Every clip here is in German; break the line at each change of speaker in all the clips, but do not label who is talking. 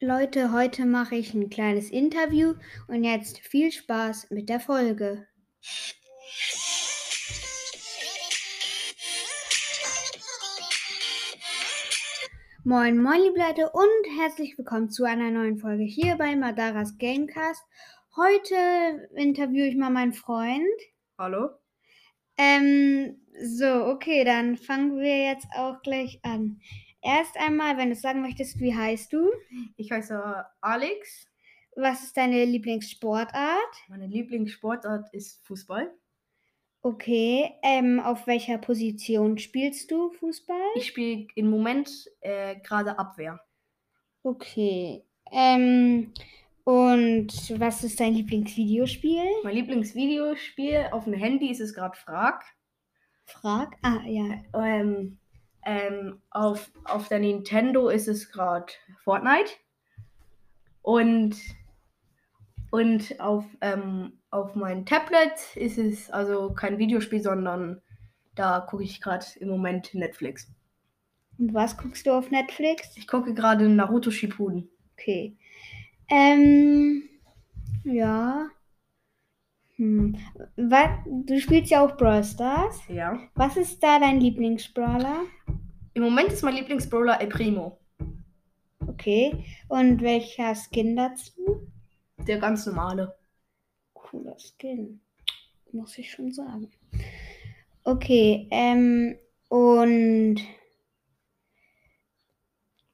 Leute, heute mache ich ein kleines Interview und jetzt viel Spaß mit der Folge. Moin, moin, liebe Leute und herzlich willkommen zu einer neuen Folge hier bei Madaras Gamecast. Heute interviewe ich mal meinen Freund.
Hallo?
Ähm, so, okay, dann fangen wir jetzt auch gleich an. Erst einmal, wenn du sagen möchtest, wie heißt du?
Ich heiße Alex.
Was ist deine Lieblingssportart?
Meine Lieblingssportart ist Fußball.
Okay, ähm, auf welcher Position spielst du Fußball?
Ich spiele im Moment äh, gerade Abwehr.
Okay, ähm, und was ist dein Lieblingsvideospiel?
Mein Lieblingsvideospiel auf dem Handy ist es gerade Frag.
Frag. Ah, ja.
Ähm, ähm, auf, auf der Nintendo ist es gerade Fortnite. Und, und auf, ähm, auf mein Tablet ist es also kein Videospiel, sondern da gucke ich gerade im Moment Netflix.
Und was guckst du auf Netflix?
Ich gucke gerade Naruto Shippuden.
Okay. Ähm, ja. Hm. Wa- du spielst ja auch Brawl Stars.
Ja.
Was ist da dein Lieblingsbrawler?
Im Moment ist mein Lieblingsbrawler El Primo.
Okay. Und welcher Skin dazu?
Der ganz normale.
Cooler Skin. Muss ich schon sagen. Okay, ähm, und.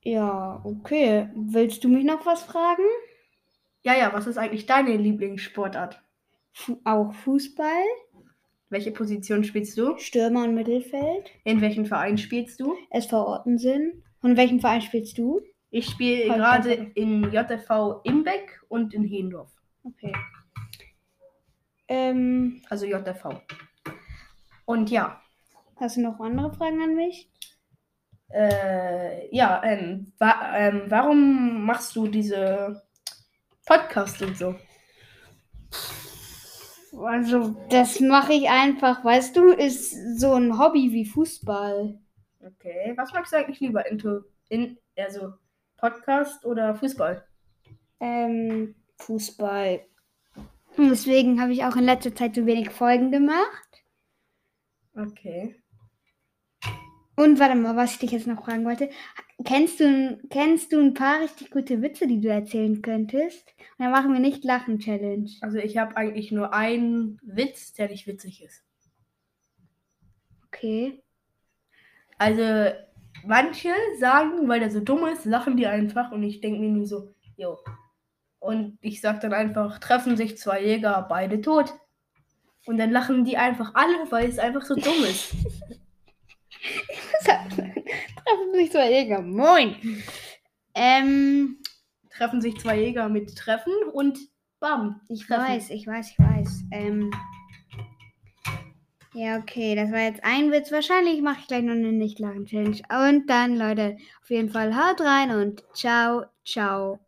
Ja, okay. Willst du mich noch was fragen?
Ja, ja, was ist eigentlich deine Lieblingssportart?
Fu auch Fußball,
Welche Position spielst du?
Stürmer und Mittelfeld,
In welchem Verein spielst du?
SV Ottensen. Von welchem Verein spielst du?
Ich spiele
Voll
gerade
einfach.
in JFV Imbeck und in Hendorf.
Okay. Ähm,
Also JFV. Und ja,
hast du noch andere Fragen an mich?
äh, ja, ähm, wa ähm, warum machst du diese Podcasts und so?
Also, das mache ich einfach, weißt du, ist so ein Hobby wie Fußball.
Okay, was magst du eigentlich lieber? Into, in, also Podcast oder Fußball?
Ähm, Fußball. Und Hm, deswegen habe ich auch in letzter Zeit so wenig Folgen gemacht.
Okay.
Und warte mal, was ich dich jetzt noch fragen wollte. Kennst du, kennst du ein paar richtig gute Witze, die du erzählen könntest? Und dann machen wir nicht Lachen-Challenge.
Also ich habe eigentlich nur einen Witz, der nicht witzig ist.
Okay.
Also, manche sagen, weil der so dumm ist, lachen die einfach und ich denke mir nur so, jo. Und ich sag dann einfach, treffen sich zwei Jäger, beide tot. Und dann lachen die einfach alle, weil es einfach so dumm ist.
Treffen sich zwei Jäger. Moin. Ähm,
treffen sich zwei Jäger mit Treffen und bam.
ich
Treffen.
weiß, ich weiß, ich weiß. Ähm, ja, okay, das war jetzt ein Witz. Wahrscheinlich mache ich gleich noch eine Nicht-Lachen-Challenge. Und dann, Leute, auf jeden Fall haut rein und ciao, ciao.